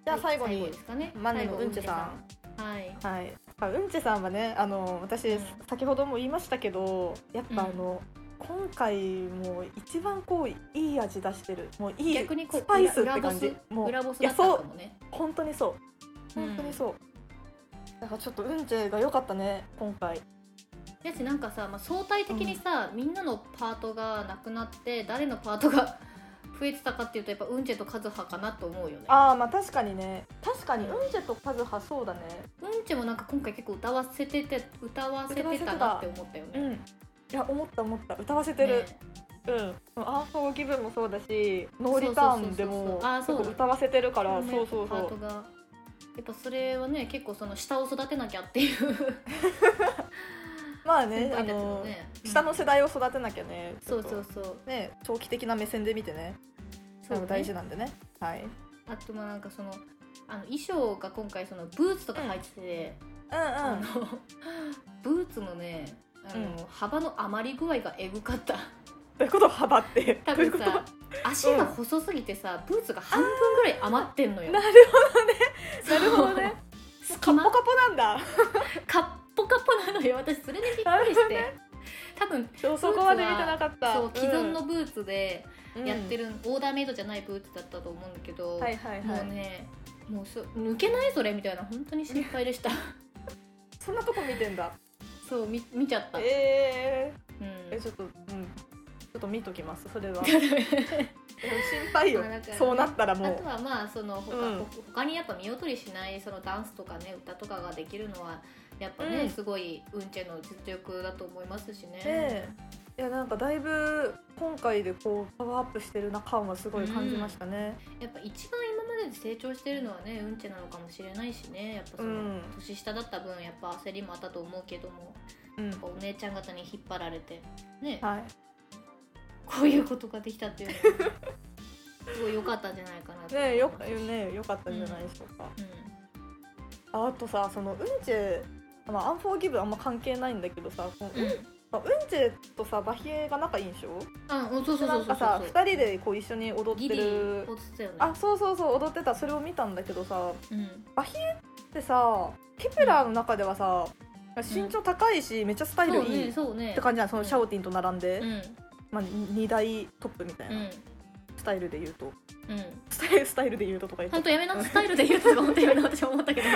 [SPEAKER 1] じゃあ最後に、
[SPEAKER 2] はいですかね
[SPEAKER 1] マネのうんちさ
[SPEAKER 2] 最後はい
[SPEAKER 1] んはいあうんちさんはねあの私、
[SPEAKER 2] うん
[SPEAKER 1] 先ほども言いましたけどやっぱあ
[SPEAKER 2] うん
[SPEAKER 1] の、今回もう一番こういい味出してるもういい
[SPEAKER 2] 逆にこう
[SPEAKER 1] スパイスって
[SPEAKER 2] 裏ボ
[SPEAKER 1] 感
[SPEAKER 2] ス
[SPEAKER 1] じもう
[SPEAKER 2] 裏ボスだったのかもね
[SPEAKER 1] 本当にそう本当にそう、だからちょっとうんちが良かったね今回
[SPEAKER 2] だしなんかさ、まあ、相対的にさ、みんなのパートがなくなって誰のパートが 増えてたかっていうとやっぱウンチェとカズハかなと思うよね
[SPEAKER 1] ああまあ確かにね確かにうんちとカズハそうだね
[SPEAKER 2] ウンチェもなんか今回結構歌わせてて歌わせてたなって思ったよ
[SPEAKER 1] う
[SPEAKER 2] ね
[SPEAKER 1] んいや思った思った歌わせてる、
[SPEAKER 2] ね
[SPEAKER 1] うんアーフォーギブンもそうだしノーリターンで
[SPEAKER 2] そうそうそう
[SPEAKER 1] も
[SPEAKER 2] そうあー
[SPEAKER 1] 結
[SPEAKER 2] そ
[SPEAKER 1] 構
[SPEAKER 2] うだね
[SPEAKER 1] 歌わせてるから
[SPEAKER 2] この
[SPEAKER 1] そ
[SPEAKER 2] ね
[SPEAKER 1] うそうそ
[SPEAKER 2] パー
[SPEAKER 1] う
[SPEAKER 2] トがやっぱそれはね結構その下を育てなきゃっていう
[SPEAKER 1] まあ
[SPEAKER 2] 先
[SPEAKER 1] ねあ
[SPEAKER 2] 輩たちの
[SPEAKER 1] の
[SPEAKER 2] ね
[SPEAKER 1] 下の世代を育てなきゃねち
[SPEAKER 2] そ
[SPEAKER 1] ょ
[SPEAKER 2] う
[SPEAKER 1] っと
[SPEAKER 2] そうそう
[SPEAKER 1] ね長期的な目線で見てね
[SPEAKER 2] そ
[SPEAKER 1] 多
[SPEAKER 2] う
[SPEAKER 1] 分
[SPEAKER 2] ね
[SPEAKER 1] 大事なんでねはい
[SPEAKER 2] あとまあなんかそのあの衣装が今回そのブーツとか入ってて、あ
[SPEAKER 1] うん
[SPEAKER 2] のブーツのねあの、幅の余り具合がえぐか った
[SPEAKER 1] どういうこと幅って
[SPEAKER 2] 多
[SPEAKER 1] どうい
[SPEAKER 2] 分
[SPEAKER 1] うこと
[SPEAKER 2] さ足が細すぎてさ、ブーツが半分ぐらい余ってんのよ
[SPEAKER 1] なるほどねなるほどねカ
[SPEAKER 2] 隙
[SPEAKER 1] ッポ
[SPEAKER 2] 間
[SPEAKER 1] カポなんだ
[SPEAKER 2] カッポカポなのよ私それでびっくり
[SPEAKER 1] なる
[SPEAKER 2] し
[SPEAKER 1] ほ
[SPEAKER 2] て、
[SPEAKER 1] どね
[SPEAKER 2] 多分
[SPEAKER 1] そうそこまで見てなかった
[SPEAKER 2] そう既存のブーツでやって
[SPEAKER 1] る
[SPEAKER 2] る、オーダーメイドじゃないブーツだったと思うんだけど、
[SPEAKER 1] はいはいは
[SPEAKER 2] もう
[SPEAKER 1] い
[SPEAKER 2] ねもうそ抜けないそれみたいな本当に心配でした
[SPEAKER 1] そんなとこ見てんだ
[SPEAKER 2] そうみ見ちゃった、
[SPEAKER 1] え
[SPEAKER 2] う
[SPEAKER 1] ーえ
[SPEAKER 2] ん
[SPEAKER 1] ちょっとうんちょっと見ときますそれ はでも心配よ
[SPEAKER 2] まあだから
[SPEAKER 1] そうなったらも
[SPEAKER 2] あ
[SPEAKER 1] う
[SPEAKER 2] とはまあその他,、
[SPEAKER 1] うん
[SPEAKER 2] 他にやっぱ見劣りしないそのダンスとかね歌とかができるのはやっぱね、
[SPEAKER 1] うん
[SPEAKER 2] すごいうんちェの実力だと思いますしね。
[SPEAKER 1] でいやなんかだいぶ今回でこうパワーアップしてるな感はすごい感じましたね、
[SPEAKER 2] やっぱ一番今までで成長してるのはねうんちェなのかもしれないしねやっぱその、
[SPEAKER 1] うん
[SPEAKER 2] 年下だった分やっぱ焦りもあったと思うけども
[SPEAKER 1] うん
[SPEAKER 2] やっぱお姉ちゃん方に引っ張られてね
[SPEAKER 1] はい
[SPEAKER 2] こういうことができたっていうのはすごい良かったんじゃないかなと思います
[SPEAKER 1] ねよねよかったんじゃないでしょうか、ああとさそのうんちェまあ、アンフォーギブあんま関係ないんだけどさ、この
[SPEAKER 2] うん、う
[SPEAKER 1] う
[SPEAKER 2] ん
[SPEAKER 1] んちェとさバヒエが仲いいんでしょ
[SPEAKER 2] あそうそうそう
[SPEAKER 1] な
[SPEAKER 2] そ
[SPEAKER 1] ん
[SPEAKER 2] うそ
[SPEAKER 1] か
[SPEAKER 2] う
[SPEAKER 1] さ2人でこう一緒に踊っ
[SPEAKER 2] ギ
[SPEAKER 1] て
[SPEAKER 2] リ
[SPEAKER 1] る
[SPEAKER 2] 落ちてたよね
[SPEAKER 1] あそうそうそう踊ってたそれを見たんだけどさ
[SPEAKER 2] うん
[SPEAKER 1] でさケプラーの中ではさ、身長高いしめっちゃスタイルいい、っ
[SPEAKER 2] そうねそうね
[SPEAKER 1] て感じじゃんその
[SPEAKER 2] うん
[SPEAKER 1] シャオティンと並んで、
[SPEAKER 2] うん
[SPEAKER 1] まあ、2大トップみたいうな、
[SPEAKER 2] ん
[SPEAKER 1] スタイルで言うと
[SPEAKER 2] うん
[SPEAKER 1] スタイルスタイルで言うととか言っ
[SPEAKER 2] ちゃ
[SPEAKER 1] て
[SPEAKER 2] んとやめなスタイルで言うとか本当にやめな私は思った けど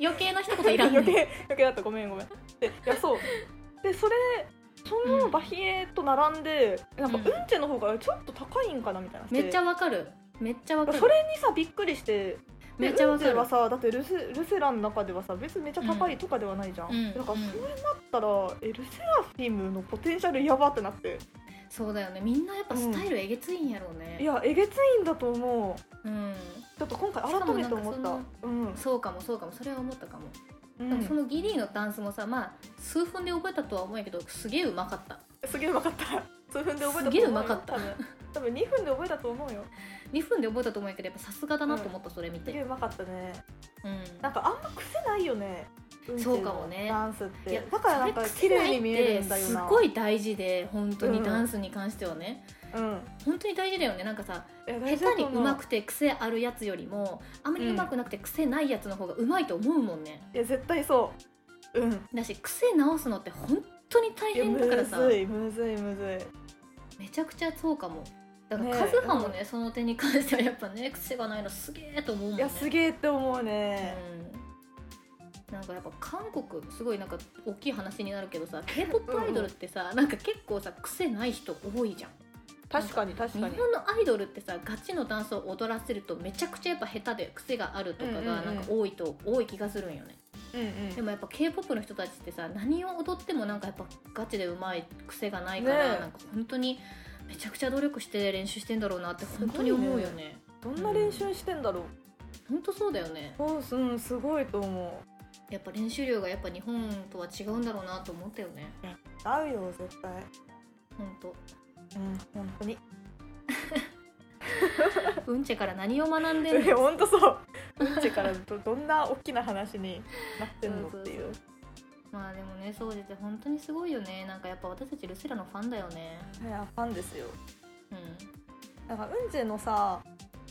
[SPEAKER 2] 余計な一言いらんね
[SPEAKER 1] 余計余計だったごめんごめんでいやそうでそれそのバヒエと並んで、なんか
[SPEAKER 2] う
[SPEAKER 1] うんんちェの方がちょっと高いんかなみたいな
[SPEAKER 2] めっちゃ
[SPEAKER 1] で
[SPEAKER 2] わかるめっちゃわかる
[SPEAKER 1] それにさびっくりして
[SPEAKER 2] めっちゃわ
[SPEAKER 1] うん
[SPEAKER 2] か
[SPEAKER 1] ちェ
[SPEAKER 2] る
[SPEAKER 1] はさだってルセルセラの中ではさ別にめっちゃ高いとかではないじゃん、
[SPEAKER 2] うん
[SPEAKER 1] だから
[SPEAKER 2] うん
[SPEAKER 1] そうなったら、えルセラフィムのポテンシャルやばってなって
[SPEAKER 2] そうだよねみんなやっぱスタイルえげついんやろうね
[SPEAKER 1] いやえげついんだと思う
[SPEAKER 2] うん
[SPEAKER 1] ちょっと今回改めて思
[SPEAKER 2] し
[SPEAKER 1] っ
[SPEAKER 2] か
[SPEAKER 1] た
[SPEAKER 2] もなんか
[SPEAKER 1] うん
[SPEAKER 2] そうかもそうかもそれは思ったかも
[SPEAKER 1] うん
[SPEAKER 2] でもそのギリーのダンスもさまあ数分で覚えたとは思うんやけどすげえうまかった
[SPEAKER 1] すげえうまかった数分で 覚えたと思うよ
[SPEAKER 2] すげえうまかった
[SPEAKER 1] 多分多分2分で覚えたと 思うよ
[SPEAKER 2] 2分で覚えたと思うんやけどやっぱさすがだなと思ったそれ見
[SPEAKER 1] すげ
[SPEAKER 2] て、
[SPEAKER 1] えうまかったね
[SPEAKER 2] うん
[SPEAKER 1] なんかあんま癖ないよね運
[SPEAKER 2] そうかもね
[SPEAKER 1] 転のダンスっ
[SPEAKER 2] いや
[SPEAKER 1] てだからなんか綺麗に見えるんだよ
[SPEAKER 2] それ癖ないって
[SPEAKER 1] な
[SPEAKER 2] すごい大事で本当
[SPEAKER 1] う
[SPEAKER 2] に
[SPEAKER 1] ん
[SPEAKER 2] ダンスに関してはね、
[SPEAKER 1] うん
[SPEAKER 2] 本当に大事だよねなんかさ
[SPEAKER 1] いや大事
[SPEAKER 2] 下
[SPEAKER 1] だ
[SPEAKER 2] 手に
[SPEAKER 1] と思う
[SPEAKER 2] 上手くて癖あるやつよりもあまり上手くなくて癖ないやつの方が上手いと思うもんね、
[SPEAKER 1] いや絶対そううん
[SPEAKER 2] だし癖直すのって本当に大
[SPEAKER 1] いや
[SPEAKER 2] 変
[SPEAKER 1] む
[SPEAKER 2] だからさ
[SPEAKER 1] ずいむずいむずい
[SPEAKER 2] めちゃくちゃそうかもだから
[SPEAKER 1] ねえ
[SPEAKER 2] カズハもねその点に関してはやっぱね癖がないのすげえと思うもん
[SPEAKER 1] い
[SPEAKER 2] ね
[SPEAKER 1] やすげえって思うね、
[SPEAKER 2] うんなんかやっぱ韓国すごいなんか大きい話になるけどさ k p o p アイドルってさなんか結構さ癖ない人多いじゃん
[SPEAKER 1] 確かに確
[SPEAKER 2] 日
[SPEAKER 1] か
[SPEAKER 2] 本
[SPEAKER 1] に
[SPEAKER 2] のアイドルってさガチのダンスを踊らせるとめちゃくちゃやっぱ下手で癖があるとか
[SPEAKER 1] う
[SPEAKER 2] が
[SPEAKER 1] んうんうん
[SPEAKER 2] なんか多いと多い気がするんよね
[SPEAKER 1] うんうん
[SPEAKER 2] でもやっぱ k p o p の人たちってさ何を踊ってもなんかやっぱガチでうまい癖がないから、
[SPEAKER 1] ねえ
[SPEAKER 2] なんか本当にめちゃくちゃ努力して練習してんだろうなって本当に思うよ
[SPEAKER 1] すご
[SPEAKER 2] ね
[SPEAKER 1] どんな練習してんだろう
[SPEAKER 2] 本当そうだよね
[SPEAKER 1] そうすうんすごいと思
[SPEAKER 2] やっぱ練習量がやっぱ日本とは違うんだろうなと思ったよね
[SPEAKER 1] う合うよ絶対
[SPEAKER 2] 本当
[SPEAKER 1] うん本当に
[SPEAKER 2] うんちから何を学んで ん
[SPEAKER 1] いや
[SPEAKER 2] の
[SPEAKER 1] 本当そううんちからど どんな大きな話になってんのっていう
[SPEAKER 2] まあでもねそうですよ本当にすごいよねなんかやっぱ私たちルセラのファンだよね
[SPEAKER 1] いやファンですよ
[SPEAKER 2] うん
[SPEAKER 1] なんかうんちのさ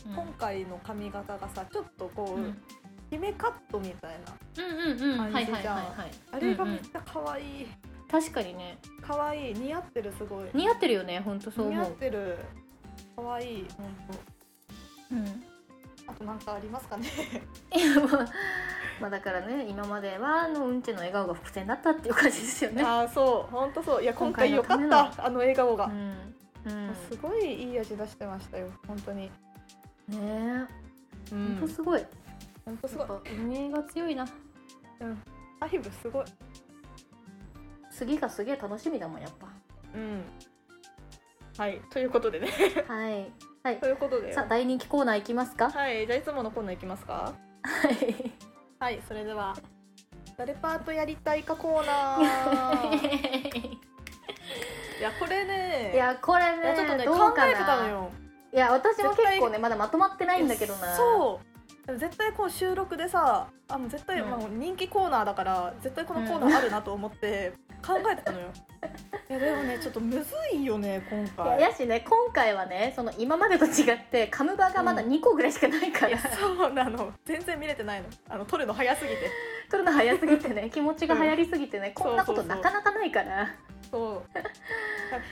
[SPEAKER 2] うん
[SPEAKER 1] 今回の髪型がさちょっとこ
[SPEAKER 2] う
[SPEAKER 1] う、
[SPEAKER 2] ん
[SPEAKER 1] 姫カットみたいな
[SPEAKER 2] うんうんうんはいはいはい
[SPEAKER 1] 感じじゃん
[SPEAKER 2] はい
[SPEAKER 1] あれが
[SPEAKER 2] うんう
[SPEAKER 1] め
[SPEAKER 2] ん
[SPEAKER 1] っちゃ可愛い、
[SPEAKER 2] 確かにね
[SPEAKER 1] 可愛い似合ってるすごい
[SPEAKER 2] 似合ってるよね本当そう
[SPEAKER 1] 似合
[SPEAKER 2] 思
[SPEAKER 1] っ
[SPEAKER 2] う
[SPEAKER 1] てる可愛い本
[SPEAKER 2] うん
[SPEAKER 1] 当あとなんかありますかね
[SPEAKER 2] いやまあまあだからね今まではあのうんちの笑顔が伏線だったっていう感じですよ ね。
[SPEAKER 1] ああそう本当そういや今回
[SPEAKER 2] 今
[SPEAKER 1] よか
[SPEAKER 2] 回の
[SPEAKER 1] った
[SPEAKER 2] め
[SPEAKER 1] あの笑顔が
[SPEAKER 2] う、んうん、ね
[SPEAKER 1] すごいいい味出してましたよ本当に
[SPEAKER 2] え、
[SPEAKER 1] う
[SPEAKER 2] 本当すごい。
[SPEAKER 1] 本当す
[SPEAKER 2] や
[SPEAKER 1] ごい
[SPEAKER 2] っぱ運営が強いな。
[SPEAKER 1] アヒブすごい
[SPEAKER 2] 次がすげえ楽しみだもんやっ
[SPEAKER 1] うんはいということでね
[SPEAKER 2] ぱ。はいはい
[SPEAKER 1] と。いうことで
[SPEAKER 2] さあ大人気コーナーいきますか。
[SPEAKER 1] はいじゃあいつものコーナーいきますか
[SPEAKER 2] はい。
[SPEAKER 1] はいそれでは誰パートやりたいかコーナ ーいやこれね
[SPEAKER 2] いやこれ
[SPEAKER 1] いや
[SPEAKER 2] ね
[SPEAKER 1] ちょっとね
[SPEAKER 2] ど
[SPEAKER 1] 考
[SPEAKER 2] うかな
[SPEAKER 1] えてたのよ
[SPEAKER 2] いや私も結
[SPEAKER 1] 絶
[SPEAKER 2] 構ねまだまとまってないんだけど
[SPEAKER 1] いや
[SPEAKER 2] な。
[SPEAKER 1] そうでも絶対こう収録でさあもう絶対、
[SPEAKER 2] うん
[SPEAKER 1] まあ、人気コーナーだから絶対このコーナーあるなと思って考えてたの よいやでもねちょっとむずいよね今
[SPEAKER 2] いや
[SPEAKER 1] 回
[SPEAKER 2] やしね今回はねその今までと違ってカムバがまだ
[SPEAKER 1] うん
[SPEAKER 2] 2個ぐらいしかないか
[SPEAKER 1] い
[SPEAKER 2] ら
[SPEAKER 1] や、そうなの全然見れてないのあの撮るの早すぎて
[SPEAKER 2] 撮るの早すぎて ね気持ちが流行りすぎてね、
[SPEAKER 1] うん
[SPEAKER 2] こんなこと
[SPEAKER 1] そうそう
[SPEAKER 2] な
[SPEAKER 1] そう
[SPEAKER 2] かなかないから
[SPEAKER 1] そ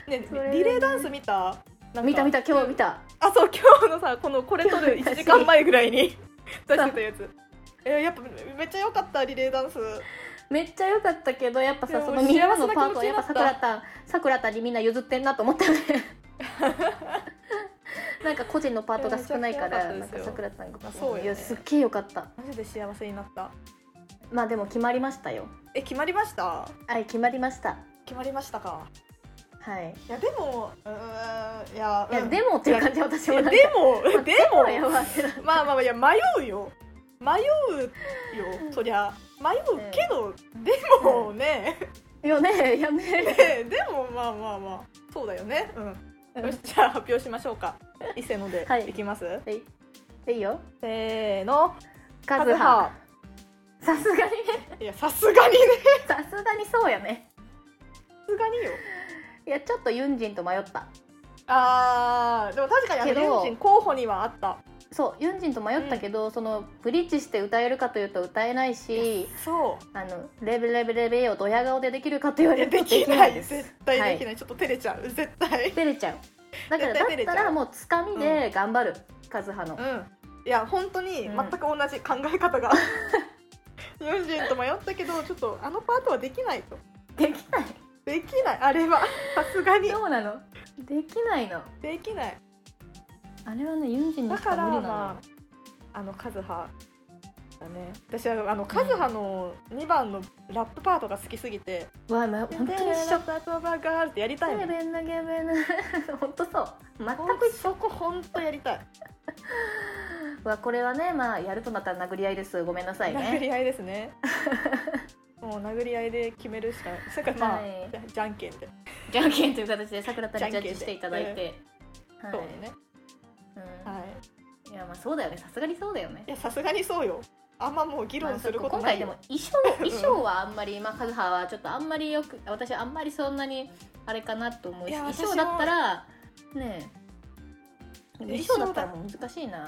[SPEAKER 1] うね
[SPEAKER 2] それ
[SPEAKER 1] リレーダンス見たなんか
[SPEAKER 2] 見た見た今日見た
[SPEAKER 1] あそう今日のさこのこれ撮る
[SPEAKER 2] 今
[SPEAKER 1] 1
[SPEAKER 2] 日
[SPEAKER 1] 時間前ぐらいに出してたやつえーやっぱめっちゃ良かったリレーダンス
[SPEAKER 2] めっちゃ良かったけどやっぱ
[SPEAKER 1] い
[SPEAKER 2] さ
[SPEAKER 1] や
[SPEAKER 2] そ
[SPEAKER 1] も
[SPEAKER 2] の
[SPEAKER 1] う
[SPEAKER 2] みんなのパート
[SPEAKER 1] 幸せな気持
[SPEAKER 2] は
[SPEAKER 1] ちに
[SPEAKER 2] やっ
[SPEAKER 1] な
[SPEAKER 2] ぱ
[SPEAKER 1] った
[SPEAKER 2] さくらたんさくらたんにみんな譲ってんなと思 ったよねなんか個人のパートが少ないか
[SPEAKER 1] いや
[SPEAKER 2] ら
[SPEAKER 1] めちゃ
[SPEAKER 2] なん
[SPEAKER 1] くちゃ
[SPEAKER 2] か
[SPEAKER 1] 良かったで
[SPEAKER 2] さ
[SPEAKER 1] すよ
[SPEAKER 2] くらたんが
[SPEAKER 1] あそうよね
[SPEAKER 2] いやすっげえ良かった
[SPEAKER 1] マジで幸せになった
[SPEAKER 2] まあでも決まりましたよ
[SPEAKER 1] え決まりました
[SPEAKER 2] はい決まりました
[SPEAKER 1] 決まりましたか
[SPEAKER 2] はい
[SPEAKER 1] いやでもうーんいや
[SPEAKER 2] いや、
[SPEAKER 1] うん
[SPEAKER 2] でもっていう感じ私
[SPEAKER 1] い
[SPEAKER 2] も
[SPEAKER 1] や
[SPEAKER 2] なんか
[SPEAKER 1] でもで
[SPEAKER 2] いや
[SPEAKER 1] も
[SPEAKER 2] まあけど
[SPEAKER 1] まあまあまあいや迷うよ迷うよそりゃ迷うけど、でもね、
[SPEAKER 2] いやねいやね
[SPEAKER 1] ねでもまあまあまあそうだよねうんよしじゃあ発表しましょうか伊勢ので、
[SPEAKER 2] はい
[SPEAKER 1] い、きます
[SPEAKER 2] えいいいよ
[SPEAKER 1] せーの
[SPEAKER 2] カズ
[SPEAKER 1] ズ
[SPEAKER 2] ハ
[SPEAKER 1] ハ
[SPEAKER 2] さすがに ね
[SPEAKER 1] いやさすがにね
[SPEAKER 2] さすがにそうやね
[SPEAKER 1] さすがによ
[SPEAKER 2] いやちょっとユンジンと迷った
[SPEAKER 1] あーでも確かにあの
[SPEAKER 2] けど
[SPEAKER 1] ユンジン候補にはあった
[SPEAKER 2] そうユンジンと迷ったけど、そのブリッジして歌えるかというと歌えないし
[SPEAKER 1] そ
[SPEAKER 2] あのレベレベレベをドヤ顔でできるかと言わ
[SPEAKER 1] うい
[SPEAKER 2] れ
[SPEAKER 1] や
[SPEAKER 2] ると
[SPEAKER 1] でき
[SPEAKER 2] できな
[SPEAKER 1] ないい
[SPEAKER 2] です
[SPEAKER 1] 絶対できない、ちょっと照れちゃう絶対
[SPEAKER 2] 照れちゃうだから
[SPEAKER 1] 絶
[SPEAKER 2] だ
[SPEAKER 1] 対照
[SPEAKER 2] っ
[SPEAKER 1] れちゃ
[SPEAKER 2] た
[SPEAKER 1] う
[SPEAKER 2] らもうつかみで頑張る、カズハの
[SPEAKER 1] うん、いや本当に
[SPEAKER 2] うん
[SPEAKER 1] 全く同じ考え方が、ユンジンと迷ったけどちょっとあのパートはできないと
[SPEAKER 2] できない
[SPEAKER 1] できないあれはさすがに
[SPEAKER 2] そうなのできないの
[SPEAKER 1] できない
[SPEAKER 2] あれはねユンジンに
[SPEAKER 1] だ
[SPEAKER 2] しか
[SPEAKER 1] から
[SPEAKER 2] 無理なの、
[SPEAKER 1] まああのカズハだね私はあのカズハの2番のラップパートが好きすぎて
[SPEAKER 2] わまあ本当に一緒
[SPEAKER 1] 「ラップパーガール」ってやりたいもん
[SPEAKER 2] ベンナゲ ベンナ本当そう全
[SPEAKER 1] ほ
[SPEAKER 2] く
[SPEAKER 1] んそこ本当やりたい
[SPEAKER 2] うわこれはねまあやるとなったら殴り合いですごめんなさい
[SPEAKER 1] 殴
[SPEAKER 2] ね
[SPEAKER 1] り合いです ねもう殴り合いで決めるしかそれからまあ、
[SPEAKER 2] はい
[SPEAKER 1] じゃじゃんけんで、
[SPEAKER 2] じゃんけんという形でさくらたに
[SPEAKER 1] じ
[SPEAKER 2] ジ
[SPEAKER 1] ゃ
[SPEAKER 2] ャ
[SPEAKER 1] んけんで
[SPEAKER 2] ッジしていただいて、はい
[SPEAKER 1] そうね
[SPEAKER 2] うん
[SPEAKER 1] はい
[SPEAKER 2] いやまあそうだよねさすがにそうだよね
[SPEAKER 1] いやさすがにそうよあんまもう議論すること
[SPEAKER 2] まあ
[SPEAKER 1] ない
[SPEAKER 2] 今
[SPEAKER 1] よ、
[SPEAKER 2] 回でも 衣装衣装はあんまり、まあ、カズハはちょっとあんまりよく私あんまりそんなにあれかなと思う
[SPEAKER 1] い
[SPEAKER 2] し
[SPEAKER 1] や
[SPEAKER 2] 衣
[SPEAKER 1] 私も
[SPEAKER 2] 装だったらねえ
[SPEAKER 1] 衣
[SPEAKER 2] 衣
[SPEAKER 1] 装
[SPEAKER 2] 装
[SPEAKER 1] だ
[SPEAKER 2] だったらもう難しいな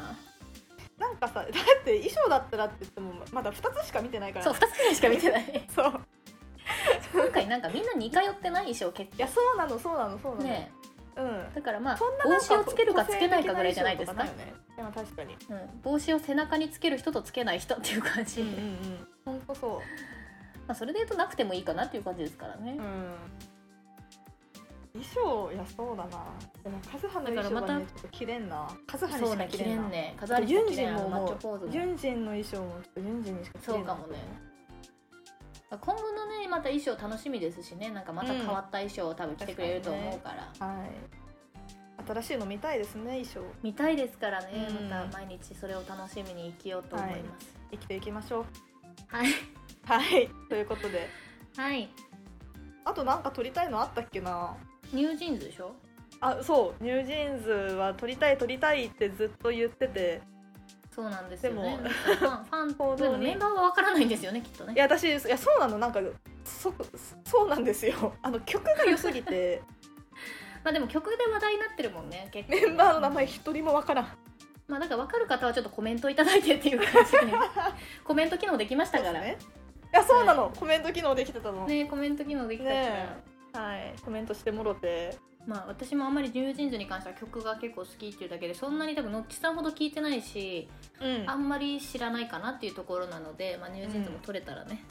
[SPEAKER 1] なんかさだって衣装だったらって言ってもまだ2つしか見てないから
[SPEAKER 2] そう2つくらいしか見てない
[SPEAKER 1] そう
[SPEAKER 2] 今回なんかみんな似通ってない衣装結
[SPEAKER 1] いやそうなのそうなのそうな
[SPEAKER 2] 構
[SPEAKER 1] の、
[SPEAKER 2] ね
[SPEAKER 1] うん
[SPEAKER 2] だからまあ
[SPEAKER 1] そんな
[SPEAKER 2] 帽
[SPEAKER 1] なん
[SPEAKER 2] 子をつけるかつけないかぐらいじゃないですか
[SPEAKER 1] 個性的な衣装とかないよね、でも確かに
[SPEAKER 2] うん、帽子を背中につける人とつけない人っていう感じ、
[SPEAKER 1] うんうんうん本当そ
[SPEAKER 2] まあ、それで言うとなくてもいいかなっていう感じですからね、
[SPEAKER 1] ううん衣装いやそうだなでもカズハの衣装
[SPEAKER 2] だか
[SPEAKER 1] は
[SPEAKER 2] らま
[SPEAKER 1] ね
[SPEAKER 2] た
[SPEAKER 1] ちょっと着れんなカズハに
[SPEAKER 2] そう
[SPEAKER 1] しか
[SPEAKER 2] ね
[SPEAKER 1] 着
[SPEAKER 2] 綺
[SPEAKER 1] れ
[SPEAKER 2] 麗
[SPEAKER 1] んな
[SPEAKER 2] ね飾
[SPEAKER 1] あと
[SPEAKER 2] り
[SPEAKER 1] ユン
[SPEAKER 2] 綺
[SPEAKER 1] ジン
[SPEAKER 2] 麗な
[SPEAKER 1] も
[SPEAKER 2] マッチョ
[SPEAKER 1] も
[SPEAKER 2] ポーズ
[SPEAKER 1] う
[SPEAKER 2] も
[SPEAKER 1] ユンジンの衣装もちょっとユンジンにしか着れ
[SPEAKER 2] そ
[SPEAKER 1] ん
[SPEAKER 2] う
[SPEAKER 1] な
[SPEAKER 2] かもね今後のねまた衣装楽しみですしねなんかまた変わった衣装を多分着てくれると思うから、
[SPEAKER 1] はい新しいの見たいですね衣装
[SPEAKER 2] 見たいですからね、
[SPEAKER 1] うん
[SPEAKER 2] また毎日それを楽しみに生きようと思います
[SPEAKER 1] 生きていきましょう
[SPEAKER 2] はい
[SPEAKER 1] はいということで
[SPEAKER 2] はい
[SPEAKER 1] あとなんか撮りたいのあったっけな
[SPEAKER 2] ニュージーンズでしょ
[SPEAKER 1] あそうニュージーンズは撮りたい撮りたいってずっと言ってて
[SPEAKER 2] そうなんですよね
[SPEAKER 1] でも
[SPEAKER 2] なんかファンファン
[SPEAKER 1] 報道に
[SPEAKER 2] でもメンバーはわからないんですよねきっと
[SPEAKER 1] い
[SPEAKER 2] ね
[SPEAKER 1] や私いやそうなのなんかそそうなんですよあの曲が良すぎ て
[SPEAKER 2] まあでも曲で話題になってるもんね結構
[SPEAKER 1] メンバーの名前一人もわからん
[SPEAKER 2] まあだから分かる方はちょっとコメントいただいてっていう感じで ねコメント機能できましたから
[SPEAKER 1] そう
[SPEAKER 2] ね
[SPEAKER 1] ですねいやそうなの、
[SPEAKER 2] は
[SPEAKER 1] コメント機能できてたの、
[SPEAKER 2] コメント機能できたから、
[SPEAKER 1] ねはいコメントしてもろて
[SPEAKER 2] まあ私もあんまりニュージーンズに関しては曲が結構好きっていうだけでそんなに多分ノッチさんほど聴いてないし
[SPEAKER 1] うん
[SPEAKER 2] あんまり知らないかなっていうところなので、まあ、ニュージーンズも取れたらね、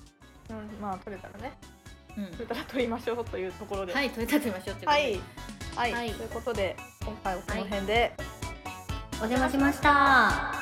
[SPEAKER 1] うんまあ撮れたらね
[SPEAKER 2] うん
[SPEAKER 1] 撮れたら撮りましょうというところでは
[SPEAKER 2] はいい取れたと言いましょうってこと
[SPEAKER 1] は
[SPEAKER 2] で、
[SPEAKER 1] い、
[SPEAKER 2] はい
[SPEAKER 1] ということで今回はこの辺で、
[SPEAKER 2] お邪魔しました。